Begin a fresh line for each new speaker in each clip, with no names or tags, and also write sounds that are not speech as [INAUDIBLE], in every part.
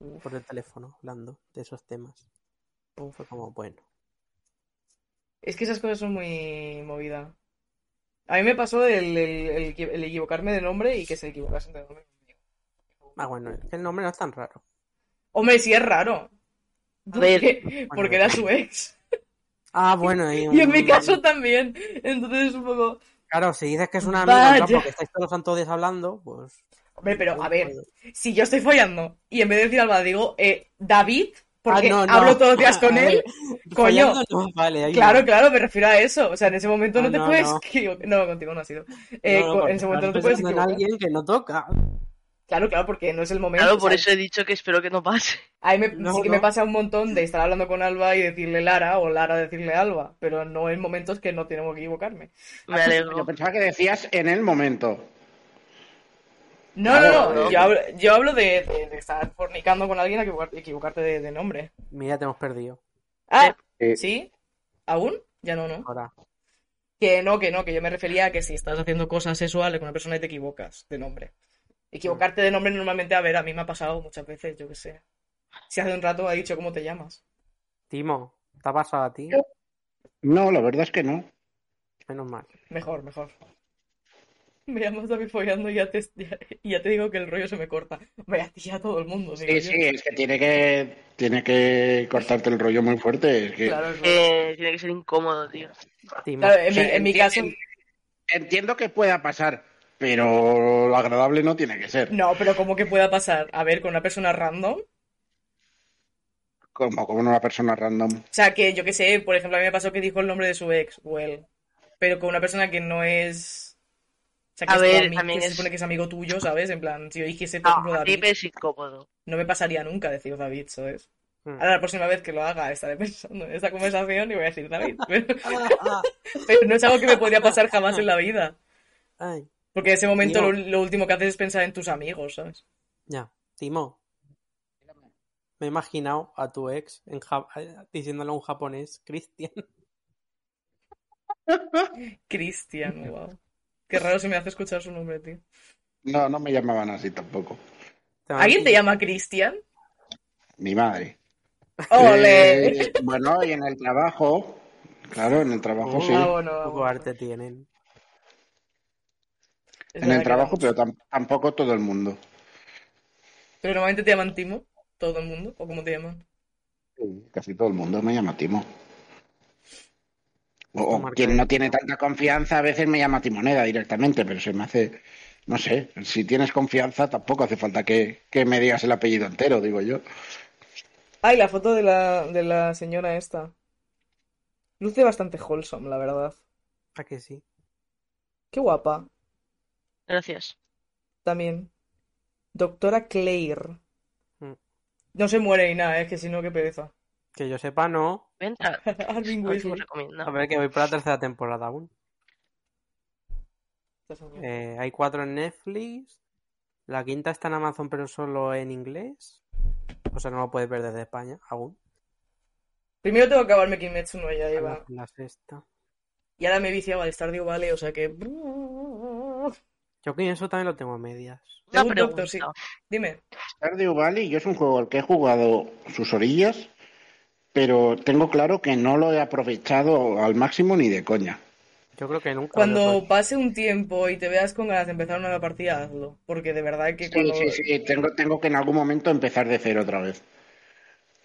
Uf.
Por el teléfono, hablando de esos temas. Fue como, bueno.
Es que esas cosas son muy movidas. A mí me pasó el, el- el equi- el equivocarme de nombre y que se equivocasen de nombre.
Ah, bueno, es que el nombre no es tan raro.
Hombre, sí es raro.
ver.
Porque, porque era su ex.
Ah, bueno. Y,
[LAUGHS] Y en mi caso también. Entonces es un poco.
Claro, si dices que es una amiga,
Vaya.
claro, porque estáis todos los santos días hablando, pues.
Hombre, pero a ver, si yo estoy follando y en vez de decir Alba digo eh, David, porque
Ah, no, no.
hablo todos los
[LAUGHS]
días con
A
él,
ver,
coño.
follando no, vale, ahí
Claro,
no.
claro, me refiero a eso. O sea, en ese momento
Ah,
no te
no,
puedes. [LAUGHS]
no.
equivo- No, contigo no ha sido. Eh,
No,
co-
porque
en ese momento no te
estás
puedes.
pensando
equivocar.
en alguien que no toca.
Claro, claro, porque no es el momento.
Claro, por
o sea,
eso he dicho que espero que no pase.
A mí me-
No,
sí que
no.
me pasa un montón de estar hablando con Alba y decirle Lara o Lara decirle Alba, pero no en momentos que no tengo que equivocarme.
Me
Yo
alegro.
pensaba que decías en el momento.
No,
Claro,
no, no,
no.
Yo hablo, yo hablo de, de- de estar fornicando con alguien a equivocar- equivocarte de, de nombre.
Mira, te hemos perdido.
Ah,
Eh,
¿sí? ¿Aún? Ya no, ¿no?
Ahora.
Que no, que no, que yo me refería a que si estás haciendo cosas sexuales con una persona y te equivocas de nombre. Equivocarte de nombre normalmente, a ver, a mí me ha pasado muchas veces, yo que sé. Si hace un rato me ha dicho cómo te llamas.
Timo, ¿te ha pasado a ti?
No, la verdad es que no.
Menos mal.
Mejor, mejor. Me llamas David follando y ya te, ya- y ya te digo que el rollo se me corta. Me a ti y a todo el mundo, digo
Sí,
yo.
sí, es que tiene que tiene que cortarte el rollo muy fuerte. Es que-
Claro, claro.
Eh, tiene que ser incómodo, tío.
Timo.
Claro, en
O sea,
mi, en mi
enti-
caso,
en- Entiendo que pueda pasar, pero lo agradable no tiene que ser.
no, pero ¿cómo que pueda pasar? A ver, con una persona random.
Como con una persona random.
O sea, que yo qué sé, por ejemplo, a mí me pasó que dijo el nombre de su ex, o él. Pero con una persona que no es. O sea, que,
A
es tu
ver,
ami-
también
que se
es-
supone que es amigo tuyo, ¿sabes? En plan, si yo dijese, por ejemplo,
No, a mí
David,
me es incómodo.
no me pasaría nunca decir David, ¿sabes?
Mm.
Ahora la próxima vez que lo haga estaré pensando en esta conversación y voy a
[LAUGHS]
decir David. Pero,
Ah, [LAUGHS] ah,
pero no es algo que me podría pasar jamás en la vida.
ah, ay.
Porque en ese momento
Digo-
lo, lo último que haces es pensar en tus amigos, ¿sabes?
Ya, Timo. Me he imaginado a tu ex en ja- diciéndole a un japonés, Cristian. [LAUGHS] [LAUGHS]
Cristian, wow. Qué raro se me hace escuchar su nombre, tío.
No, no me llamaban así tampoco.
Ah,
¿Alguien te llama Cristian?
Mi madre.
¡Ole!
Eh, bueno, y en el trabajo, claro, en el trabajo
Oh,
sí.
Ah, bueno, ah,
Poco
bueno.
arte tienen.
Es
En
verdad
el
que
trabajo,
era-
pero tam- tampoco todo el mundo.
Pero normalmente te llaman Timo, todo el mundo, o cómo te llaman.
Sí, Casi todo el mundo me llama Timo. O,
Esto
o
marca
quien
el
no tiene
tiempo.
tanta confianza a veces me llama Timoneda directamente, pero se me hace, no sé, si tienes confianza tampoco hace falta que, que me digas el apellido entero, digo yo.
Ay, la foto de la, de la señora esta. Luce bastante wholesome, la verdad.
¿A que sí?
Qué guapa,
Gracias.
también. Doctora Claire.
Mm.
No se muere ni nada, eh, es que si no, qué pereza. [LAUGHS]
Que yo sepa, no.
Venta.
Arvin
A ver si me
Weasley.
recomienda.
A ver, que voy por la tercera temporada aún. Eh, hay cuatro en Netflix. La quinta está en Amazon, pero solo en inglés. O sea, no lo puedes ver desde España aún.
Primero tengo que acabarme Kimetsu no Yaiba.
La sexta.
Y ahora me he viciado al Stardew Valley, o sea que... [LAUGHS]
Yo que eso también lo tengo a medias.
Una
Tengo un
pregunta.
doctor, sí. Dime.
Stardew Valley, yo es un juego al que he jugado sus orillas, pero tengo claro que no lo he aprovechado al máximo ni de coña.
Yo creo que nunca. lo
Cuando
he
pase un tiempo y te veas con ganas de empezar una nueva partida, hazlo. Porque de verdad que
Sí,
cuando...
sí, sí, tengo, tengo que en algún momento empezar de cero otra vez.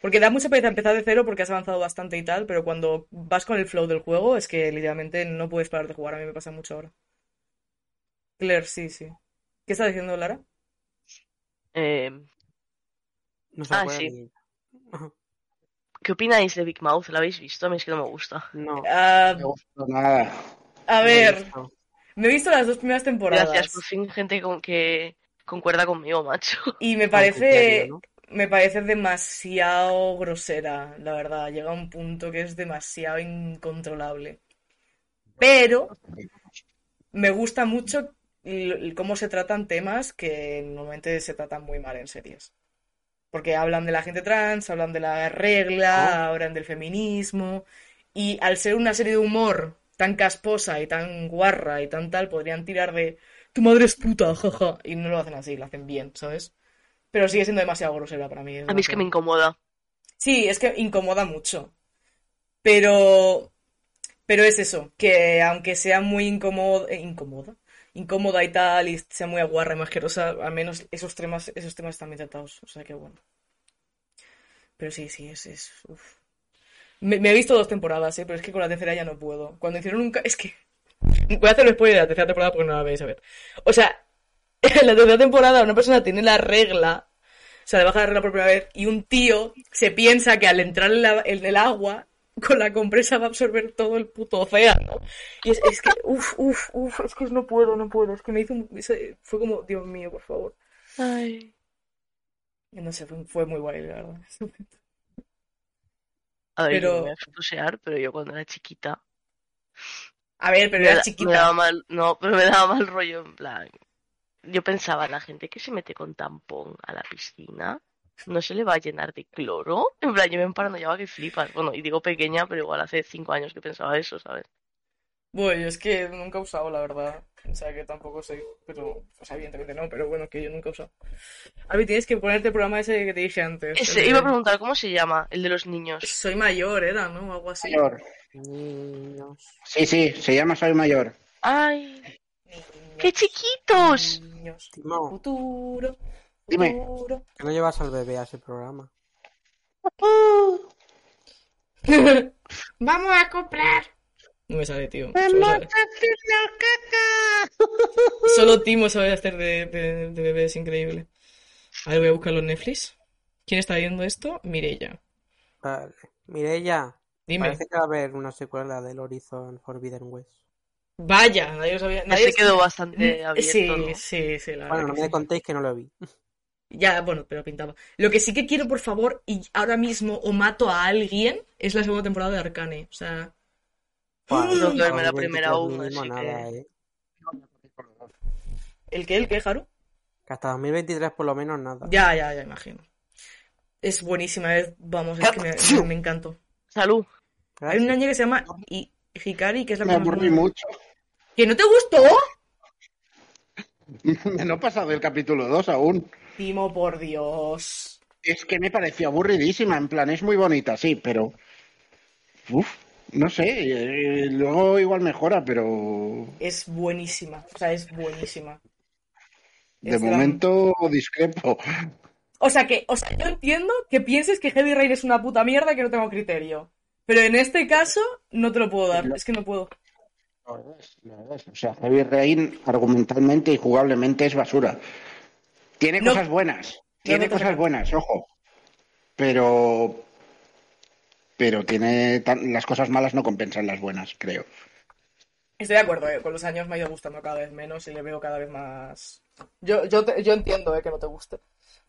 Porque da mucha pereza empezar de cero porque has avanzado bastante y tal, pero cuando vas con el flow del juego es que literalmente no puedes parar de jugar. A mí me pasa mucho ahora. Claire, sí, sí. ¿Qué está diciendo Lara?
Eh,
No se
Ah,
acuerda
sí.
ni- [LAUGHS]
¿Qué opináis de Big Mouth? ¿La habéis visto? A mí es que no me gusta.
No.
Ah,
No me gustó Pues nada.
a
no lo he
ver,
visto.
me he visto las dos primeras temporadas
Gracias, por fin gente con que concuerda conmigo, macho.
y me
Con criterio,
parece,
¿no?
me parece demasiado grosera, la verdad. Llega a un punto que es demasiado incontrolable. Pero me gusta mucho l- l- cómo se tratan temas que normalmente se tratan muy mal en series. Porque hablan de la gente trans, hablan de la regla, hablan del feminismo. Y al ser una serie de humor tan casposa y tan guarra y tan tal, podrían tirar de tu madre es puta, jaja. Y no lo hacen así, lo hacen bien, ¿sabes? Pero sigue siendo demasiado grosera para mí.
A mí es que
demasiado-
me incomoda.
Sí, es que incomoda mucho. Pero, pero es eso, que aunque sea muy incómoda, incómoda, incómoda y tal, y sea muy aguarra y más asquerosa, al menos esos temas, esos temas están bien tratados. O sea que bueno. Pero sí, sí, es... es uf. Me, me he visto dos temporadas, ¿eh? Pero es que con la tercera ya no puedo. Cuando hicieron un... ca- Es que... [LAUGHS] Voy a hacer un spoiler de la tercera temporada porque no la vais a ver. O sea, [LAUGHS] en la tercera temporada una persona tiene la regla, o sea, le baja la regla por primera vez, y un tío se piensa que al entrar en, la- en el agua, con la compresa va a absorber todo el puto océano. Y es, es que, uff, uff, uff, es que no puedo, no puedo. Es que me hizo un... ese- Fue como, Dios mío, por favor.
Ay.
Y No sé, fue, fue muy guay, la verdad.
A ver, yo no
Pero-
me voy a exposear, pero yo cuando era chiquita
A ver, pero
me da-
era
me
chiquita.
daba mal, no, pero me daba mal rollo en plan. Yo pensaba, la gente que se mete con tampón a la piscina, ¿no se le va a llenar de cloro? En plan, yo me parando ya que flipas. Bueno, y digo pequeña, pero igual hace cinco años que pensaba eso, ¿sabes?
Bueno, yo es que nunca he usado, la verdad. O sea, que tampoco sé, pero... O sea, evidentemente no, pero bueno, que yo nunca he usado. A ver, tienes que ponerte el programa ese que te dije antes.
Ese,
el de-
iba a preguntar cómo se llama, el de los niños.
Soy mayor, era, ¿no? Algo así.
Mayor.
Niños.
Sí, sí, se llama Soy Mayor.
¡Ay! ¡Qué
Niños,
chiquitos!
niños,
Timo,
futuro,
Dime.
futuro. [LAUGHS]
¿qué no llevas al bebé a ese programa?
Vamos a comprar. No me sale, tío. Solo, sabe- [LAUGHS] solo Timo sabe hacer de, de, de bebé, es increíble. A ver, voy a buscarlo en Netflix. ¿Quién está viendo esto? Mirella.
Vale. Mirella,
Dime.
parece que va a haber una secuela del Horizon Forbidden West.
Vaya, nadie lo sabía. Nadie Mm,
Ese quedó bastante abierto,
Sí,
¿no?
sí, sí, la
Bueno,
verdad
no
que
me
pues sí.
contéis que no lo vi.
Ya, bueno, pero pintaba. Lo que sí que quiero, por favor, y ahora mismo o mato a alguien, es la segunda temporada de Arcane. O sea,
Tengo que verme
Para
la
un
primera
23
aún,
mínimo,
así
nada,
que...
eh.
¿el qué? ¿El qué, Haru?
Que hasta 2023 por lo menos nada.
Ya, ya, ya, imagino. Es buenísima, es- vamos, es que me, me- me encantó.
¡Salud!
Hay
Gracias.
una niña que se llama I- Hikari, que es la
Me
persona
aburrí
con-
mucho.
¿Que no te gustó?
Me [LAUGHS] no he pasado del capítulo 2 aún.
Timo, por Dios.
Es que me pareció aburridísima, en plan, es muy bonita, sí, pero... Uf, no sé, eh, luego igual mejora, pero...
Es buenísima, o sea, es buenísima.
De
Es de la-
momento discrepo.
O sea que, o sea, yo entiendo que pienses que Heavy Rain es una puta mierda que no tengo criterio. Pero en este caso, no te lo puedo dar, es que no puedo.
La verdad es- la verdad es- O sea, Heavy Rain argumentalmente y jugablemente es basura. Tiene
No.
cosas buenas, tiene
no te
cosas
saca.
buenas, ojo. Pero... Pero tiene... tan- Las cosas malas no compensan las buenas, creo.
Estoy de acuerdo, eh, con los años me ha ido gustando cada vez menos y le veo cada vez más. Yo, yo, te- yo entiendo eh, que no te guste.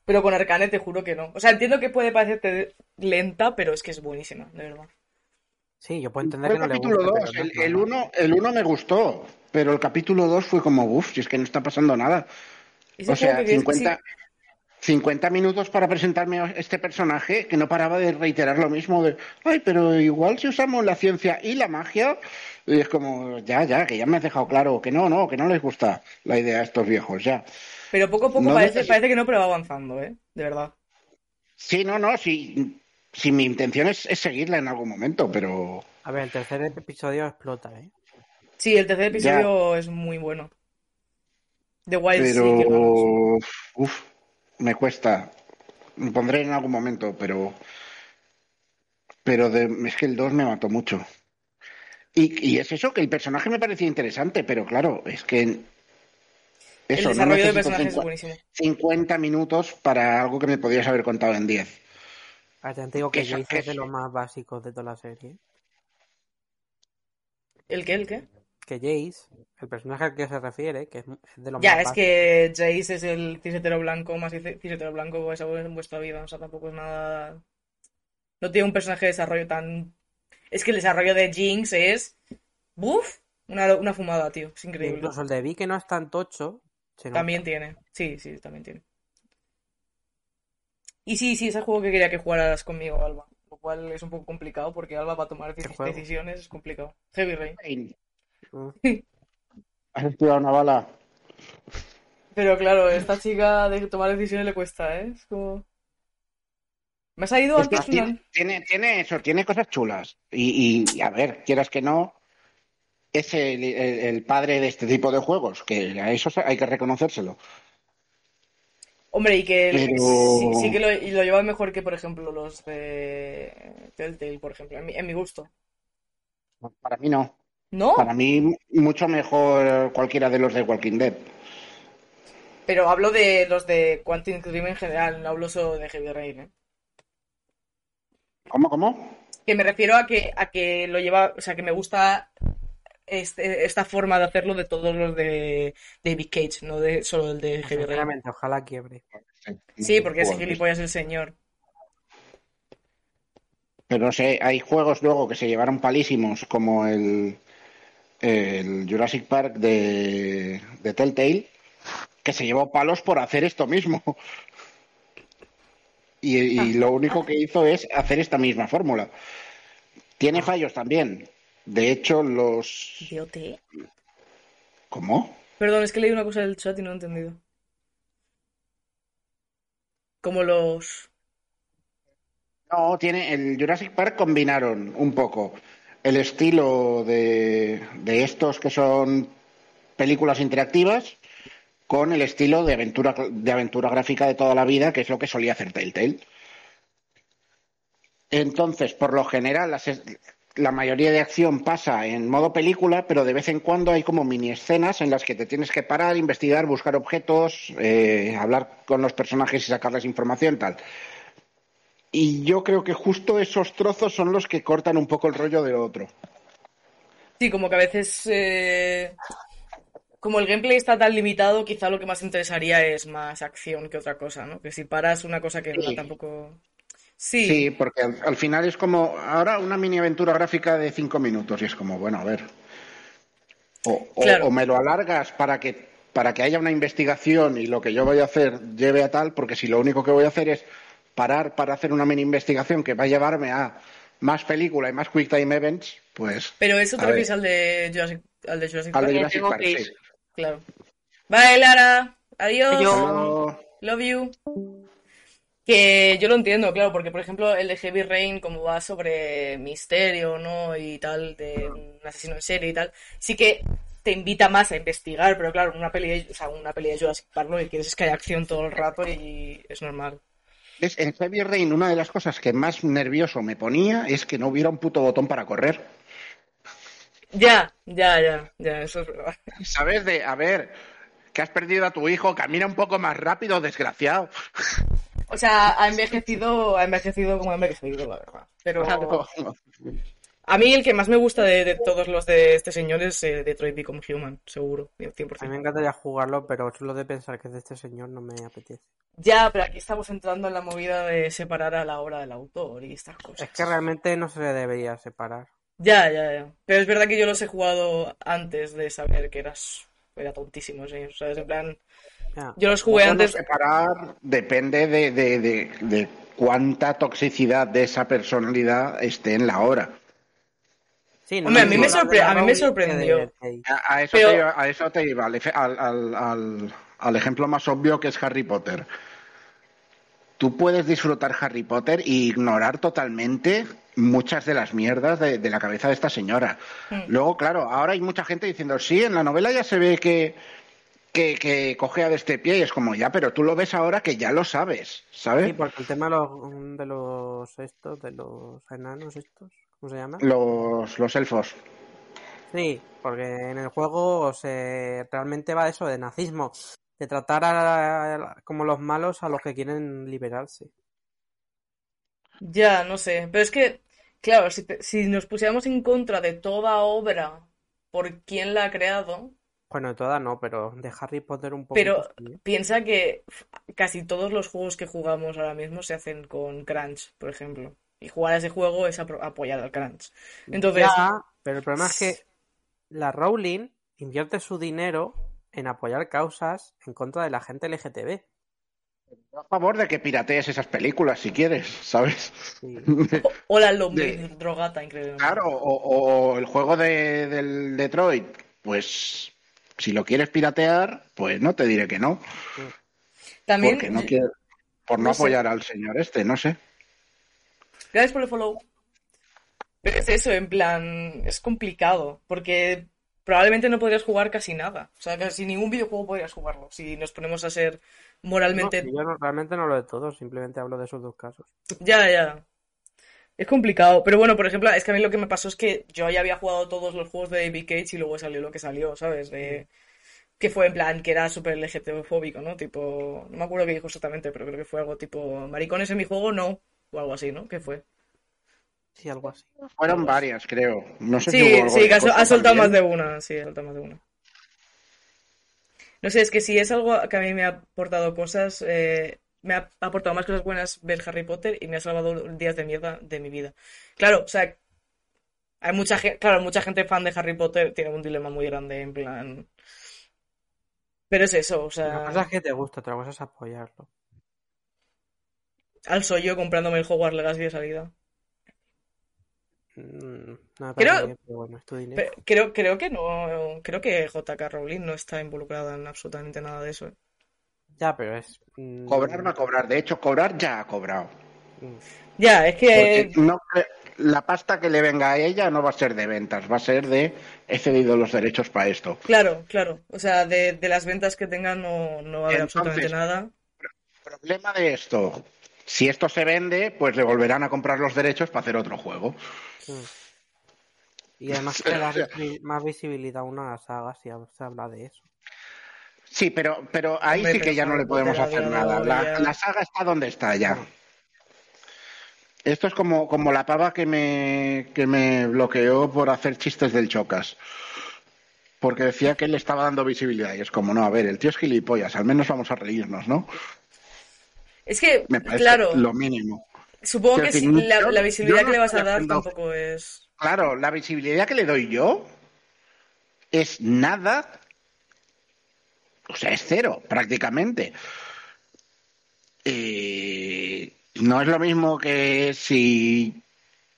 Pero con Arcane te juro que no. O sea, entiendo que puede parecerte lenta, pero es que es buenísima, de verdad.
Sí, yo puedo entender
Fue
que
el
no le
capítulo
guste,
2,
pero no es
el
normal.
1 el uno me gustó, pero el capítulo 2 fue como, uff, si es que no está pasando nada.
Es
O
que creo
sea,
que es-
50, 50 minutos para presentarme a este personaje que no paraba de reiterar lo mismo de, ay, pero igual si usamos la ciencia y la magia, y es como, ya, ya, que ya me has dejado claro, que no, no, que no les gusta la idea a estos viejos, ya.
sí, pero poco a poco
No
parece,
dejes-
parece que no, pero va avanzando, ¿eh? De verdad.
Sí, no, no, sí, sí mi intención es, es seguirla en algún momento, pero...
A ver, el tercer episodio explota, ¿eh?
Sí, el tercer episodio es muy bueno. The Wild
pero
Seek, hermanos.
uf, me cuesta. Me pondré en algún momento, pero pero de- es que el 2 me mató mucho. Y, y es eso, que el personaje me parecía interesante, pero claro, es que
El
eso, no
desarrollo de
necesito
personajes es
cincua-
buenísimo.
50 minutos para algo que me podías haber contado en 10.
Ah, Ya te digo que
Que eso-
Jace
que
es de
eso-
los más básicos de toda la serie.
¿El qué? ¿El qué?
Que Jace, el personaje al que se refiere, que es es de los
Ya,
más
es que Jace es el tisetero blanco más tice- tisetero blanco que vais a ver en vuestra vida. O sea, tampoco es nada. No tiene un personaje de desarrollo tan. Es que el desarrollo de Jinx es. ¡Buf! Una, una fumada, tío. Es increíble.
Incluso el de Vi que no es tan tocho. se nota.
También tiene. Sí, sí, también tiene. Y sí, sí, es el juego que quería que jugaras conmigo, Alba. Lo cual es un poco complicado porque Alba va a tomar deci-
juego?
decisiones, es complicado. Heavy Rain.
Mm.
Has estirado una bala.
Pero claro, esta chica de tomar decisiones le cuesta, ¿eh? Es como. Me ha salido
Es que
antes una.
tiene, tiene, tiene eso, tiene cosas chulas. Y, y, a ver, quieras que no, es el, el- el padre de este tipo de juegos, que a eso hay que reconocérselo.
Hombre, y que el-
Pero-
sí, sí que lo, y lo lleva mejor que, por ejemplo, los de Telltale, por ejemplo, en mi, en mi gusto.
Para mí no.
¿No?
Para mí mucho mejor cualquiera de los de Walking Dead.
Pero hablo de los de Quantum Dream en general, no hablo solo de Heavy Rain, ¿eh?
¿Cómo, cómo?
Que me refiero a que, a que lo lleva, o sea, que me gusta este- esta forma de hacerlo de todos los de David Cage, no de solo el de Heavy Rain.
Sinceramente, ojalá quiebre.
Sí, porque ese
Joder.
gilipollas es el señor.
Pero no sé, hay juegos luego que se llevaron palísimos, como el, el Jurassic Park de, de Telltale, que se llevó palos por hacer esto mismo. Y, y lo único que hizo es hacer esta misma fórmula. Tiene fallos también. De hecho, los...
Idiote.
¿Cómo?
Perdón, es que leí una cosa del chat y no he entendido. Como los...
No, tiene el Jurassic Park combinaron un poco el estilo de, de estos que son películas interactivas con el estilo de aventura de aventura gráfica de toda la vida, que es lo que solía hacer Telltale. Entonces, por lo general, las es- la mayoría de acción pasa en modo película, pero de vez en cuando hay como mini escenas en las que te tienes que parar, investigar, buscar objetos, eh, hablar con los personajes y sacarles información, tal. Y yo creo que justo esos trozos son los que cortan un poco el rollo del otro.
Sí, como que a veces... eh, Como el gameplay está tan limitado, quizá lo que más interesaría es más acción que otra cosa, ¿no? Que si paras una cosa que en verdad
Sí.
tampoco...
Sí,
Sí,
porque al, al final es como ahora una mini aventura gráfica de cinco minutos y es como, bueno, a ver. O, o-
Claro.
o me lo alargas para que, para que haya una investigación y lo que yo voy a hacer lleve a tal, porque si lo único que voy a hacer es parar para hacer una mini investigación que va a llevarme a más película y más quick time events, pues
pero eso te
A ver.
refieres al de Jurassic, al de Jurassic
al
Park,
de
Oye,
Jurassic
tengo
Park,
que ir.
sí.
claro. Bye, Lara. Adiós.
Adiós.
Hasta luego.
Love you. Que yo lo entiendo, claro, porque por ejemplo el de Heavy Rain, como va sobre misterio, ¿no? Y tal, de un asesino en serie y tal, sí que te invita más a investigar, pero claro, una peli de, o sea, una peli de Jurassic Park lo que quieres es que haya acción todo el rato y es normal.
Es, en Heavy Rain una de las cosas que más nervioso me ponía es que no hubiera un puto botón para correr.
Ya, ya, ya, ya, eso es verdad.
¿Sabes? De, a ver, que has perdido a tu hijo, camina un poco más rápido, desgraciado. [LAUGHS]
O sea, ha envejecido, ha envejecido como ha envejecido, la verdad. Pero a mí el que más me gusta de, de todos los de este señor es eh, Detroit Become Human, seguro,
A
100%.
mí me encantaría jugarlo, pero solo de pensar que es de este señor no me apetece.
Ya, pero aquí estamos entrando en la movida de separar a la obra del autor y estas cosas.
Es que realmente no se debería separar.
Ya, ya, ya. Pero es verdad que yo los he jugado antes de saber que eras... Era tontísimo, sí. O sea, es en plan...
Ya.
Yo los jugué
Bueno,
antes...
separar depende de, de- de- de cuánta toxicidad de esa personalidad esté en la obra.
Sí,
Hombre, a mí me
Hablar de
sorpre-
la
a mí me
Rowling que
sorprendió.
de Telltale.
A, a eso,
Pero-
te, iba- a eso te iba, al, efe- al- al- al- al ejemplo más obvio que es Harry Potter. Tú puedes disfrutar Harry Potter e ignorar totalmente muchas de las mierdas de, de la cabeza de esta señora.
Mm.
Luego, claro, ahora hay mucha gente diciendo, sí, en la novela ya se ve que, que, que cojea de este pie y es como, ya, pero tú lo ves ahora que ya lo sabes, ¿sabes?
Sí, porque el tema de los, de los estos, de los enanos estos, ¿cómo se llama?
Los, los elfos.
Sí, porque en el juego se realmente va eso de nazismo, de tratar a- como los malos a los que quieren liberarse.
Ya, no sé. Pero es que, claro, si, te- si nos pusiéramos en contra de toda obra por quién la ha creado,
Bueno, de todas no, pero de Harry Potter un ¿eh? poco.
pero piensa que f- casi todos los juegos que jugamos ahora mismo se hacen con crunch, por ejemplo. Y jugar a ese juego es apro- apoyar al crunch. Entonces...
pero el problema es que la Rowling invierte su dinero en apoyar causas en contra de la gente LGTB.
A favor de que piratees esas películas si quieres, ¿sabes?
Sí.
O- Hola, lombriz
De-
drogata, increíble.
Claro, o, o el juego de, del Detroit, pues si lo quieres piratear, pues no te diré que no,
También,
porque no quiero, por no,
no sé.
apoyar al señor este, no sé.
gracias por el follow. Pero es eso, en plan, es complicado, porque probablemente no podrías jugar casi nada. O sea, casi ningún videojuego podrías jugarlo si nos ponemos a ser moralmente.
No, si yo no- realmente no hablo de todo, simplemente hablo de esos dos casos.
Ya, ya. Es complicado. Pero bueno, por ejemplo, es que a mí lo que me pasó es que yo ya había jugado todos los juegos de David Cage y luego salió lo que salió, ¿sabes? De... Que fue en plan, que era súper LGTB-fóbico, ¿no? Tipo, no me acuerdo qué dijo exactamente, pero creo que fue algo tipo, maricones en mi juego, no. O algo así, ¿no? ¿Qué fue?
Sí, algo así.
Fueron varias, creo. No sé si hubo
Sí,
algo
sí,
de
que ha, sol-
Costa
ha soltado más
también.
de una, sí, ha soltado más de una. No sé, es que si es algo que a mí me ha aportado cosas, eh, me ha aportado más cosas buenas ver Harry Potter y me ha salvado días de mierda de mi vida. Claro, o sea, hay mucha gente, claro, mucha gente fan de Harry Potter tiene un dilema muy grande, en plan... Pero es eso, o
Una cosa
sea,
es que te gusta, otra cosa es apoyarlo.
al soy yo comprándome el Hogwarts Legacy de salida.
Mm, No me parece
Creo-
bien, pero bueno, es tu dinero.
Pe- Creo, creo que no, creo que JK Rowling no está involucrada en absolutamente nada de eso, ¿eh?
Ya, pero es. mm,
Cobrar va a cobrar. De hecho, cobrar ya ha cobrado.
mm,
Ya, es que...
Porque no cre- la pasta que le venga a ella no va a ser de ventas, va a ser de he cedido los derechos para esto.
Claro, claro. O sea, de, de las ventas que tengan no, no va a haber absolutamente
Entonces-
nada.
Problema de esto. Si esto se vende, pues le volverán a comprar los derechos para hacer otro juego.
mm. Y además te da visi- más visibilidad a una saga si hab- se habla de eso.
Sí, pero, pero ahí
Hombre,
sí que
pero
ya no
Harry
le podemos
Potter a
hacer
día de
nada.
hoy ya-
La, la saga está donde está ya. Esto es como, como la pava que me, que me bloqueó por hacer chistes del Chocas. Porque decía que él estaba dando visibilidad. Y es como, no, a ver, el tío es gilipollas, al menos vamos a reírnos, ¿no?
Es que,
Me parece
claro,
lo mínimo.
supongo
quiero
que
decir,
si- la,
yo-
la
yo
visibilidad
no
que le vas a
estoy
dar
haciendo-
tampoco es...
Claro, la visibilidad que le doy yo es nada, o sea, es cero prácticamente. Y no es lo mismo que si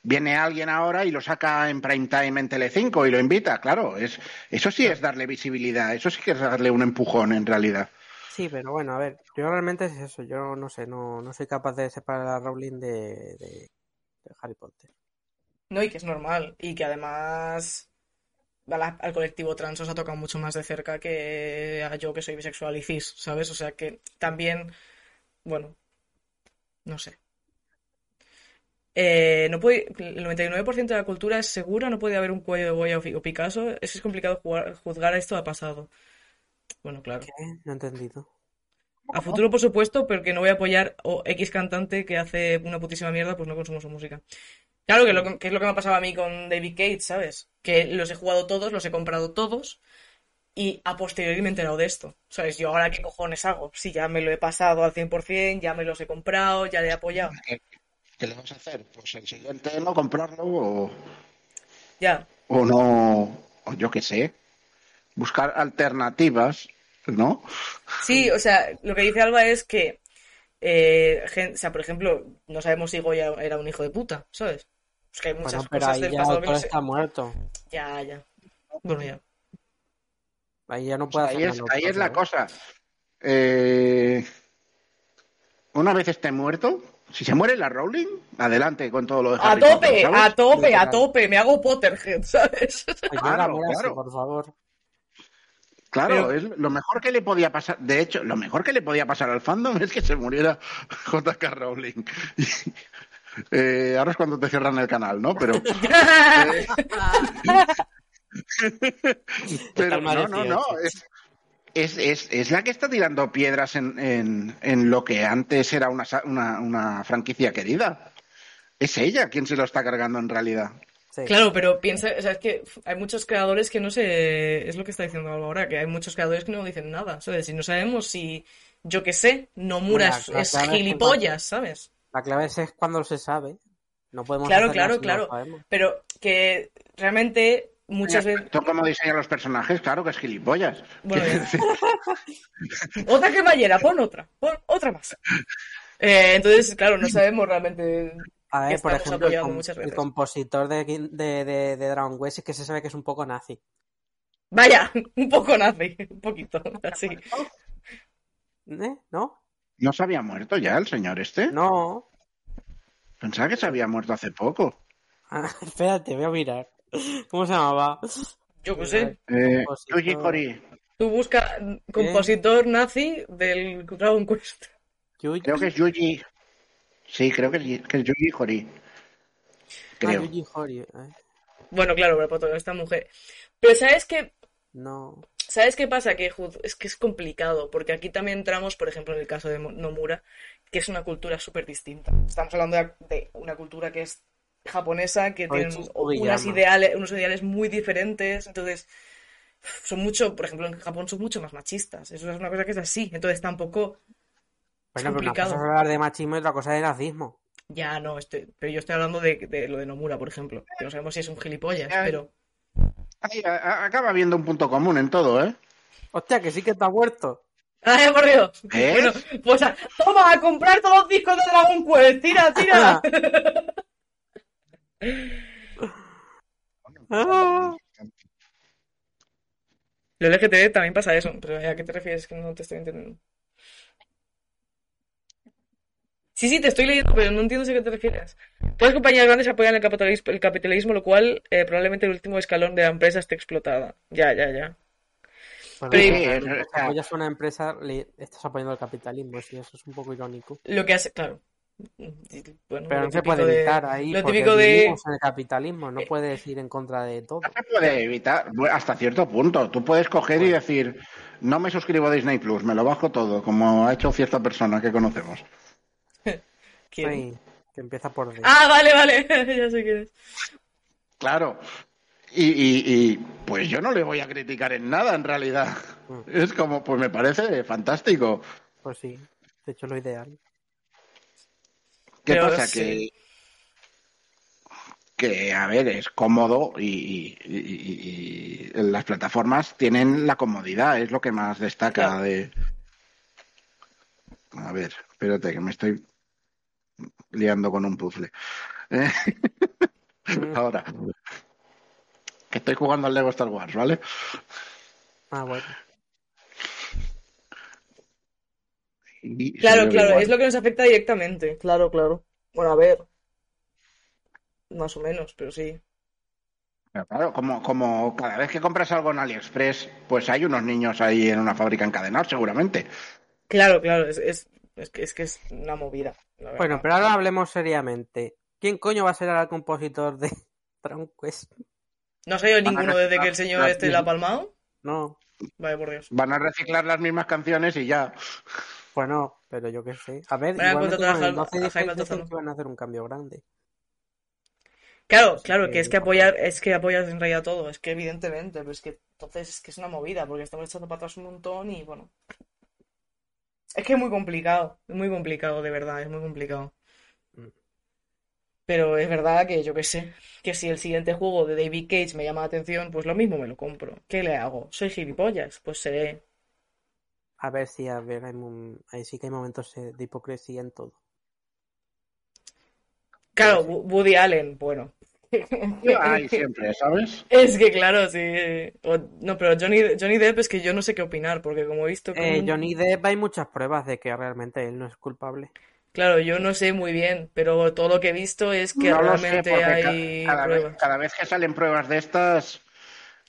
viene alguien ahora y lo saca en prime time en Telecinco y lo invita, claro, es eso sí es darle visibilidad, eso sí que es darle un empujón en realidad.
Sí, pero bueno, a ver, yo realmente es eso. Yo no sé, no, no soy capaz de separar a Rowling de, de- de Harry Potter.
No, y que es normal. Y que además a la- al colectivo trans os ha tocado mucho más de cerca que a yo que soy bisexual y cis, ¿sabes? O sea que también, bueno, no sé. Eh, no puede, el 99% de la cultura es segura, no puede haber un cuello de Goya o Fi- o Picasso. Es que es complicado jugar- juzgar a esto a pasado. Bueno, claro.
¿Qué? No he entendido.
A futuro, por supuesto, pero que no voy a apoyar o X cantante que hace una putísima mierda, pues no consumo su música. Claro que, lo que, que es lo que me ha pasado a mí con David Cage, ¿sabes? Que los he jugado todos, los he comprado todos y a posteriori me he enterado de esto. ¿Sabes? Yo ahora qué cojones hago. Si ya me lo he pasado al 100%, ya me los he comprado, ya le he apoyado.
¿Qué le vas a hacer? Pues el siguiente no comprarlo o,
Ya,
o no, o yo qué sé, buscar alternativas, ¿no?
Sí, o sea, lo que dice Alba es que, eh, gen- o sea, por ejemplo, no sabemos si Goya era un hijo de puta, ¿sabes? Es que hay muchas
Bueno, pero
cosas
ahí
del
ya el
pasado que
autor
no sé.
está muerto.
Ya, ya. Bueno, ya.
Ahí ya no
O
puede
sea,
hacer
ahí es,
nada el
ahí
autor,
es la
¿sabes?
cosa. Eh, una vez esté muerto, si se muere la Rowling, adelante con todo lo de
A
Harry Potter,
tope,
¿sabes?
a tope, a
Literal.
tope, me hago Potterhead, [LAUGHS] ¿sabes?
Señora,
Claro,
muérase,
claro.
por favor.
Claro,
Pero-
es lo mejor que le podía pasar. De hecho, lo mejor que le podía pasar al fandom es que se muriera [LAUGHS] J.K. Rowling. [LAUGHS] Eh, ahora es cuando te cierran el canal, ¿no? Pero, [LAUGHS] pero
Calma,
no, no, no.
18.
Es, es, es- es la que está tirando piedras en, en- en lo que antes era una, sa- una- una franquicia querida. Es ella quien se lo está cargando en realidad.
Sí.
Claro, pero piensa, o sea, es que hay muchos creadores que no se, es lo que está diciendo Alba ahora, que hay muchos creadores que no dicen nada, ¿sabes? Y no sabemos si, yo qué sé, Nomura
Bueno,
es,
la
es
clave es que-
gilipollas, ¿sabes?
La clave es, es cuando se sabe. No podemos
Claro,
hacer
claro,
nada si no
claro.
sabemos.
Pero que realmente muchas veces.
Tú como diseñas los personajes, claro que es gilipollas.
Bueno,
Quiero
ya.
decir,
Otra cremallera, pon otra, pon otra más. Eh, entonces, claro, no sabemos realmente.
A ver,
que
por
estamos
ejemplo, el,
apoyando
com-
muchas
el
veces.
compositor de, Kin- de, de- de Dragon Quest es que se sabe que es un poco nazi.
Vaya, [LAUGHS] un poco nazi, un poquito, [LAUGHS] así.
¿Eh? ¿No?
¿No se había muerto ya el señor este?
No. [LAUGHS]
Pensaba que se había muerto hace poco.
Ah, espérate, voy a mirar. ¿Cómo se llamaba?
Yo qué sé.
Eh,
Compositor.
Yuji Horii.
Tú busca mm, compositor nazi del Dragon Quest.
Yuji.
Creo que es Yuji. Sí, creo que es, que es Yuji Horii.
Ah,
Creo.
Yuji Horii, eh.
Bueno, claro, pero para esta mujer. Pero ¿sabes qué?
No.
¿Sabes qué pasa? Que juz- es que es complicado, porque aquí también entramos, por ejemplo, en el caso de Mo- Nomura, que es una cultura súper distinta. Estamos hablando de, de una cultura que es japonesa, que tiene
Oichi
un-
Sugiyama.
unas ideales, unos ideales muy diferentes, entonces son mucho, por ejemplo, en Japón son mucho más machistas. Eso es una cosa que es así, entonces tampoco
Bueno, pero una cosa
complicado.
es hablar de machismo y otra cosa de nazismo.
ya no, estoy, pero yo estoy hablando de, de lo de Nomura, por ejemplo, que no sabemos si es un gilipollas,
Ya.
pero [LAUGHS]
Ay, a- a- acaba habiendo un punto común en todo, ¿eh?
Hostia, que sí que está muerto.
¡Ay, por Dios!
¿Eh?
Bueno, pues a- toma, a comprar todos los discos de Dragon Quest,
[LAUGHS]
tira, [LAUGHS] tira.
Ah.
Lo LGTB también pasa eso, pero ¿a qué te refieres? Que no te estoy entendiendo. Sí, sí, te estoy leyendo, pero no entiendo a qué te refieres. Todas las compañías grandes apoyan el capitalismo, el capitalismo lo cual eh, probablemente el último escalón de la empresa esté explotada. Ya, ya, ya.
Bueno,
Pero-
o
Sí,
sea, Pues cuando
o sea-
apoyas a una empresa, le estás apoyando al capitalismo, sí, eso es un poco irónico.
Lo que hace, claro. Bueno, lo
Pero no se
típico
puede
de-
evitar ahí,
Lo
porque
típico de... Eh,
vivimos en el capitalismo, no puedes ir en contra de todo.
No se puede evitar bueno, hasta cierto punto. Tú puedes coger y decir, no me suscribo a Disney Plus, me lo bajo todo, como ha hecho cierta persona que conocemos.
¿Quién?
Ay, que empieza por D.
Ah, vale, [LAUGHS] vale. ya sé quién es.
Claro. Y, y- y, pues yo no le voy a criticar en nada, en realidad. Es como, pues me parece fantástico.
Pues sí, de hecho es lo
[LAUGHS]
ideal.
¿Qué
Pero
pasa?
sí.
Que, que, a ver, es cómodo y, y- y- y- y las plataformas tienen la comodidad, es lo que más destaca
Claro.
de... A ver, espérate, que me estoy liando con un puzzle. [LAUGHS] Eh, Ahora, que estoy jugando al Lego Star Wars, ¿vale?
Ah, bueno.
Y se
Claro,
me
claro,
igual.
es lo que nos afecta directamente. Claro, claro. Bueno, a ver. Más o menos, pero sí.
Pero Claro, como, como cada vez que compras algo en AliExpress, pues hay unos niños ahí en una fábrica encadenados, seguramente.
Claro, claro, es, es, es que, es que es una movida. la verdad.
Bueno, pero ahora hablemos seriamente. ¿Quién coño va a ser ahora el compositor de [LAUGHS] Dragon Quest?
¿No ha salido
Van a
ninguno
reciclar
desde que el señor
las
este la ha
mismas.
palmado?
No,
Vale, por Dios.
Van a reciclar las mismas canciones y ya.
pues no, pero yo qué sé. A ver,
Van a
igualmente
contratar a Jaime-
con el 12
a
de
Jaime
dicen
Altozano.
que van a hacer un cambio grande.
Claro, claro,
que-
que es que apoyar, es que apoyas en realidad todo, es que evidentemente, pero es que entonces es que es una movida, porque estamos echando para atrás un montón y bueno. Es que es muy complicado, es muy complicado, de verdad, es muy complicado.
Mm.
Pero es verdad que yo qué sé, que si el siguiente juego de David Cage me llama la atención, pues lo mismo me lo compro. ¿Qué le hago? ¿Soy gilipollas? Pues seré.
A ver si, a ver, hay mom- ahí sí que hay momentos eh, de hipocresía en todo.
Claro, Wo- Woody Allen, bueno.
Hay siempre, ¿sabes?
Es que claro, sí. O- no, pero Johnny, Johnny Depp es que yo no sé qué opinar, porque como he visto que...
Eh, Johnny Depp hay muchas pruebas de que realmente él no es culpable.
Claro, yo no sé muy bien, pero todo lo que he visto es que
no lo sé,
realmente
porque ca-
hay
cada, vez,
pruebas.
cada vez que salen pruebas de estas,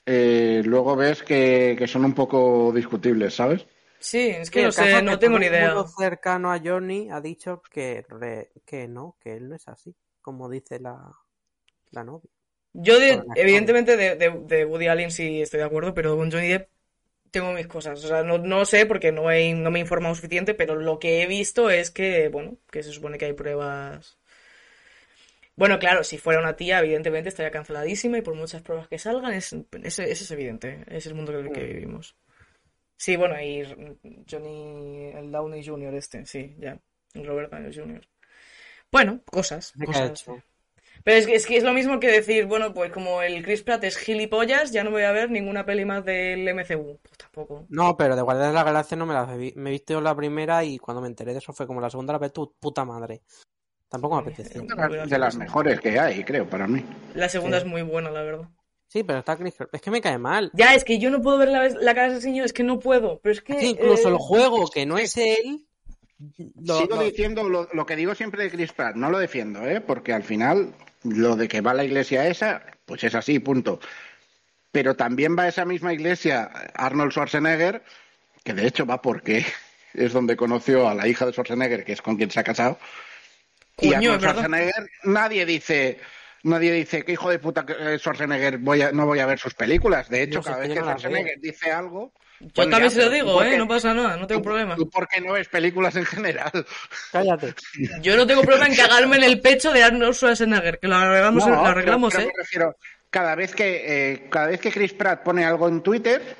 eh, luego ves que, que son un poco discutibles, ¿sabes?
Sí, es que
Sí,
no
el caso
sé,
es
no
que
tengo
todo
ni
el
idea.
mundo cercano a Johnny ha dicho que, re- que no, que él no es así, como dice la, la novia.
Yo, de-
Con las
evidentemente, de, de- de Woody Allen sí estoy de acuerdo, pero con Johnny Depp tengo mis cosas. O sea, no, no sé porque no, he- no me he informado suficiente, pero lo que he visto es que, bueno, que se supone que hay pruebas. Bueno, claro, si fuera una tía, evidentemente estaría canceladísima y por muchas pruebas que salgan, es, es- eso es evidente. Es el mundo en el que vivimos. Sí, bueno, y R- Johnny, el Downey Jr. este, sí, ya. Robert Downey Jr. Bueno, cosas,
¿Qué ha
cosas.
hecho?
Pero es que, es que es lo mismo que decir, bueno, pues como el Chris Pratt es gilipollas, ya no voy a ver ninguna peli más del MCU. Pues tampoco.
No, pero de Guardianes de la Galaxia no me las vi. Me he visto la primera y cuando me enteré de eso fue como la segunda la vez tu puta madre. Tampoco me apetece.
Eh,
De las, de las mejores que hay, creo, para mí.
La segunda
Sí.
es muy buena, la verdad.
Sí, pero está Chris Pratt. Es que me cae mal.
Ya, es que yo no puedo ver la, la cara de ese señor, es que no puedo. Pero es que...
Es que incluso
eh,
el juego que no es él. lo-
Sigo
lo-
diciendo lo, lo que digo siempre de Chris Pratt, no lo defiendo, ¿eh? Porque al final, lo de que va a la iglesia esa, pues es así, punto. Pero también va a esa misma iglesia Arnold Schwarzenegger, que de hecho va porque [LAUGHS] es donde conoció a la hija de Schwarzenegger, que es con quien se ha casado. y
Coño,
Arnold
es verdad.
Schwarzenegger, nadie dice, nadie dice que hijo de puta que es Schwarzenegger voy a- no voy a ver sus películas. De hecho,
No sé,
cada vez
es que
que
yo no las veo.
Schwarzenegger dice algo,
Yo
Bueno,
también
ya,
se lo
pero
digo,
¿por
¿eh?
qué?
No pasa nada, no tengo problema.
¿tú por qué no ves películas en general?
Cállate.
Yo no tengo problema en cagarme en el pecho de Arnold Schwarzenegger, que lo arreglamos,
No,
lo
pero-
arreglamos
pero
¿eh?
me refiero, cada vez que eh, cada vez que Chris Pratt pone algo en Twitter,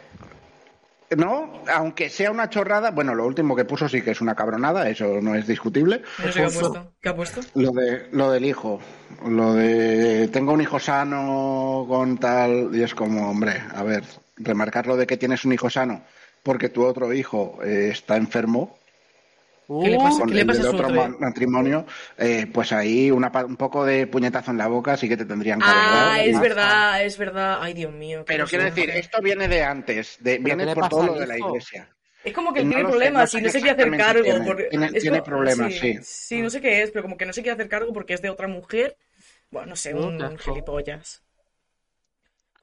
no, aunque sea una chorrada, bueno, lo último que puso sí que es una cabronada, eso no es discutible.
No sé qué ha puesto. ¿Qué ha puesto?
Lo de lo del hijo, lo de tengo un hijo sano con tal y es como, hombre, a ver, remarcar lo de que tienes un hijo sano porque tu otro hijo eh, está enfermo
[LAUGHS] ¿Qué
Uh,
le pasa?
con
¿Qué Ah, le
el
pasa a
del
su
otro
otro?
ma- matrimonio, eh, pues ahí una pa- un poco de puñetazo en la boca sí que te tendrían que haber
Ah,
dado,
es
¿no?
verdad, es verdad. Ay, Dios mío. qué
Pero quiero
cosa.
decir, esto viene de antes, de, viene
qué le
por
pasa
todo
al
lo de la
hijo?
iglesia.
Es como que
No
tiene
lo sé,
problemas
no
y
sé
no se quiere hacer
exactamente
cargo.
tiene.
porque-
Tiene-
es
tiene
como-
problemas, sí.
Sí, no sé qué es, pero como que no se quiere hacer cargo porque es de otra mujer. Bueno, no sé,
Mm,
un,
qué
un
asco.
gilipollas.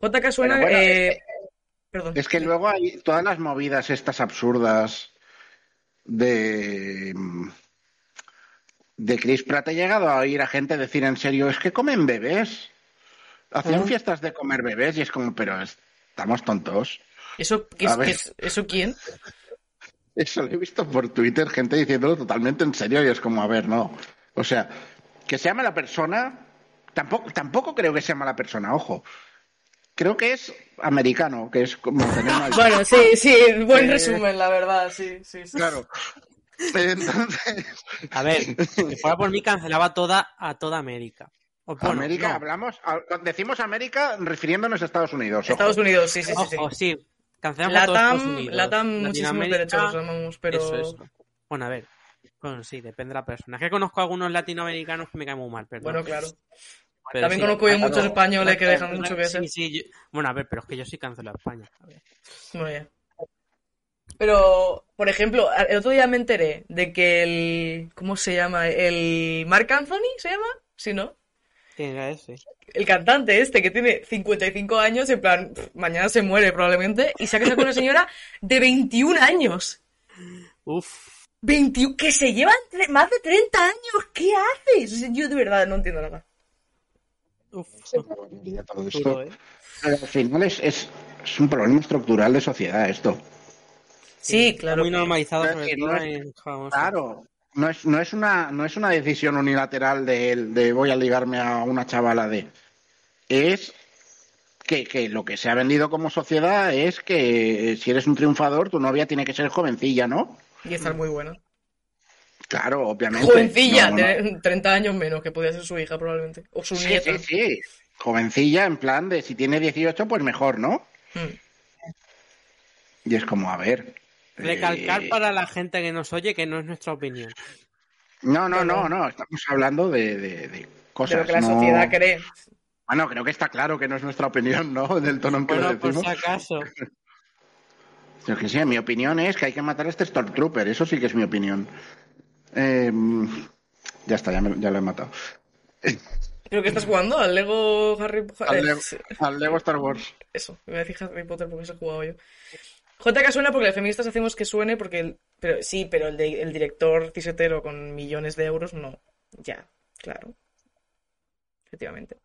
JK suena.
Pero bueno,
eh,
es
Perdón.
Es que luego hay todas las movidas estas absurdas de de Chris Pratt ha llegado a oír a gente decir en serio, es que comen bebés. Hacían
Ah.
fiestas de comer bebés y es como, pero estamos tontos.
¿Eso, qué
A
es,
ver.
qué es- ¿Eso
[LAUGHS]
quién?
Eso lo he visto por Twitter, gente diciéndolo totalmente en serio y es como, a ver, no. O sea, que sea mala persona, tampoco, tampoco creo que sea mala persona, ojo. Creo que es americano, que es como tener una...
[LAUGHS] Bueno, sí, sí, buen
Eh,
resumen, la verdad, sí, sí, sí.
Claro. Entonces,
A ver, si fuera por mí cancelaba toda a toda América. O, bueno,
América,
no.
hablamos, a- decimos América refiriéndonos a Estados Unidos. ojo.
Estados Unidos, sí, sí, sí. sí.
Ojo, sí. Cancelamos a todos Estados
Latam,
Unidos.
Latam, muchísimos
Latinoamérica,
derechos, los amamos, pero.
Eso, eso. Bueno, a ver. Bueno, sí, depende de la persona. Es que conozco algunos latinoamericanos que me caen muy mal, perdón.
Bueno, claro.
Pero
También
sí,
conozco yo
claro.
muchos españoles que dejan mucho que
Sí,
hacer.
sí, yo- Bueno, a ver, pero es que yo sí cancelo a España. A ver.
Bueno, ya. Pero, por ejemplo, a- el otro día me enteré de que el. ¿Cómo se llama? ¿El Mark Anthony se llama? Sí, ¿no?
¿Quién era ese?
El cantante este que tiene 55 años, en plan, pff, mañana se muere probablemente, y se ha [LAUGHS] casado con una señora de 21 años.
Uf.
21, que se llevan tre- más de 30 años. ¿Qué haces? O sea, Yo de verdad no entiendo nada.
Uf.
Todo esto.
Duro, ¿eh?
Pero al final es, es- es un problema estructural de sociedad esto.
Sí,
Está
claro.
Muy normalizado,
Pero
sobre
que no
todo
es-
en Japón.
Claro, no es, no es, una, no es una decisión unilateral de, él, de voy a ligarme a una chavala de... Es que, que lo que se ha vendido como sociedad es que eh, si eres un triunfador, tu novia tiene que ser jovencilla, ¿no?
Y estar muy buena.
Claro, obviamente.
Jovencilla,
No, no.
tiene 30 años menos, que podía ser su hija probablemente. O su
Sí,
nieta.
sí, sí. Jovencilla, en plan de si tiene 18, pues mejor, ¿no?
Mm.
Y es como, a ver.
Recalcar
eh,
para la gente que nos oye que no es nuestra opinión.
No, no, no, no. Estamos hablando de, de- de
De
cosas.
lo que la
no-
sociedad cree.
Bueno, creo que está claro que Ah, no es nuestra opinión, ¿no? [LAUGHS] Del tono en que lo
Bueno, por
pues
decimos.
si acaso. [LAUGHS]
Yo que sé, mi opinión es que hay que matar a este Stormtrooper. Eso sí que es mi opinión. Eh, ya está, ya, me- ya lo he matado.
¿Pero qué estás jugando? ¿Al Lego Harry Potter?
Al Lego, al Lego Star Wars.
Eso, me voy a decir Harry Potter porque eso he jugado yo. JK suena porque las feministas hacemos que suene porque... el- Pero, sí, pero el, de- el director tisetero con millones de euros, no. Ya, claro. Efectivamente.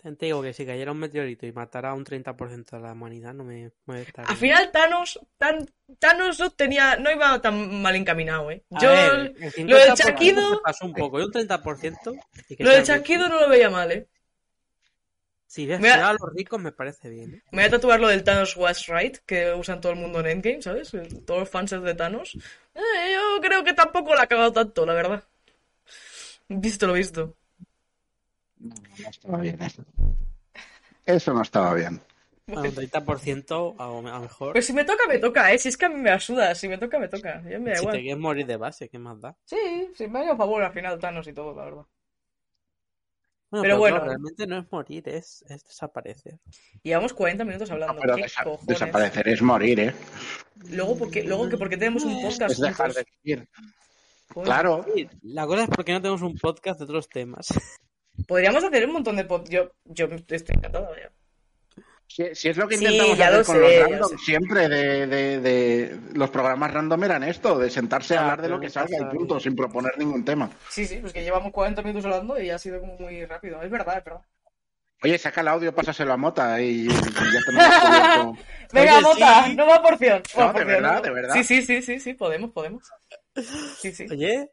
Te digo que si cayera un meteorito y matara a un 30% de la humanidad, no me molestaría.
Al final Thanos, tan, Thanos no tenía, no iba tan mal encaminado, ¿eh?
A
Yo
ver, el
lo
50%
de Chaquido,
se pasó un poco, y un 30%. y que
lo de
sea rico.
Chaquido no lo veía mal, ¿eh?
Si ves
Me ha-
a los ricos, me parece bien. ¿eh?
Me voy a tatuar lo del Thanos was right, que usan todo el mundo en Endgame, ¿sabes? El- Todos los fans de Thanos. Eh, yo creo que tampoco la ha cagado tanto, la verdad. Visto lo visto.
No, no estaba bien eso. Eso no estaba bien.
A un 30%, a lo a lo mejor.
Pero si me toca, me toca, ¿eh? Si es que a mí me ayuda, si me toca, me toca. Ya me da
si te
igual.
quieres morir de base, ¿qué más da?
Sí, sí, me ha ido a favor al final Thanos y todo, la verdad.
Bueno,
Pero
pero
bueno.
claro, realmente no es morir, es, es desaparecer.
Llevamos 40 minutos hablando.
No, Ah, pero
¿Qué
desa-
cojones?
desaparecer es morir, ¿eh?
Luego, porque, luego que porque tenemos un podcast
Es dejar
juntos.
de vivir.
Joder.
Claro.
Sí, La cosa es porque no tenemos un podcast de otros temas.
Podríamos hacer un montón de podcasts. Yo, yo estoy encantada, ya.
Si, si es lo que
Sí,
intentamos
ya
hacer
lo
con
sé,
los
ya lo
random,
sé.
siempre de, de- de- los programas random eran esto, de sentarse a
Ya,
hablar de lo que salga y
preguntas
punto,
ahí.
sin proponer ningún tema.
Sí, sí, pues que llevamos 40 minutos hablando y ha sido como muy rápido. Es verdad, es verdad.
Oye, saca el audio, pásaselo a Mota y, y ya tenemos cubierto.
Venga,
Oye,
Mota,
sí.
nueva porción.
No,
Nueva
de
porción,
verdad,
nueva-
de verdad.
Sí, sí, sí, sí, sí, podemos, podemos. Sí, sí.
Oye,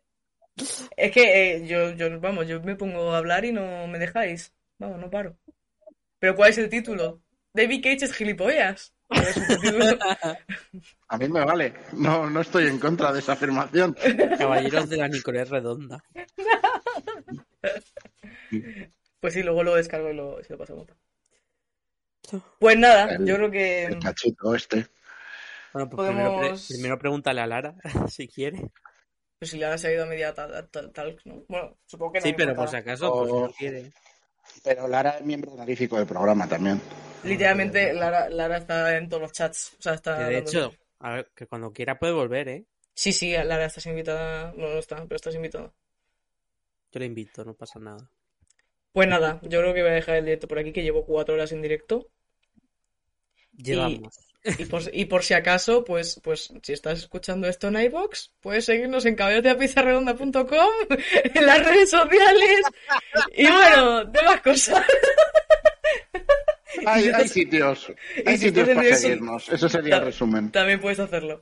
Es que eh, yo, yo, vamos, yo me pongo a hablar y no me dejáis. Vamos, no paro. ¿Pero cuál es el título? David Cage es gilipollas. Pero es un título.
[LAUGHS]
A mí me vale. No, no estoy en contra de esa afirmación.
caballeros de la Nicolés Redonda.
Pues sí, luego lo descargo y lo, se lo paso a Mota.
Ah.
Pues nada,
El-
yo creo que...
El cachito este.
Bueno, pues primero, pre-
Podemos-
primero pregúntale a Lara, [LAUGHS] si quiere.
Pues si le se ha ido a media tal, tal, tal, ¿no? Bueno, supongo que no
Sí,
me
pero por si
importará.
acaso, por si
Oh.
no quiere.
Pero Lara es miembro honorífico del programa también.
Literalmente Lara, Lara está en todos los chats. O sea, está
Que de
hablando
hecho,
siempre.
a ver, que cuando quiera puede volver, ¿eh?
Sí, sí, Lara, estás invitada. No, no está, pero estás invitada.
Yo le invito, no pasa nada.
Pues nada, yo creo que voy a dejar el directo por aquí, que llevo cuatro horas en directo.
Llegamos.
Y por, y por si acaso, pues, pues si estás escuchando esto en iVoox, puedes seguirnos en cabeoteapizarredonda.com, [LAUGHS] en las redes sociales y bueno, demás cosas.
Hay,
si
hay
estás-
sitios.
si
Hay
estás
sitios
en
para
eso-
seguirnos. Eso sería el
Ta-
resumen.
También puedes hacerlo.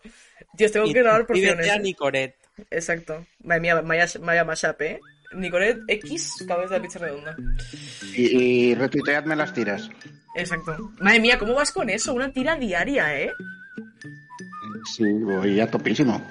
Dios, tengo
Y
que grabar
suscríbete
porciones. ¿eh?
a Nicoret.
Exacto. Madre mía, Maya, Maya Mashup, ¿eh? Nicolet X, cabeza de pizza redonda.
Y, y retuiteadme las tiras.
Exacto. Madre mía, ¿cómo vas con eso? Una tira diaria, ¿eh?
Sí, voy a topísimo.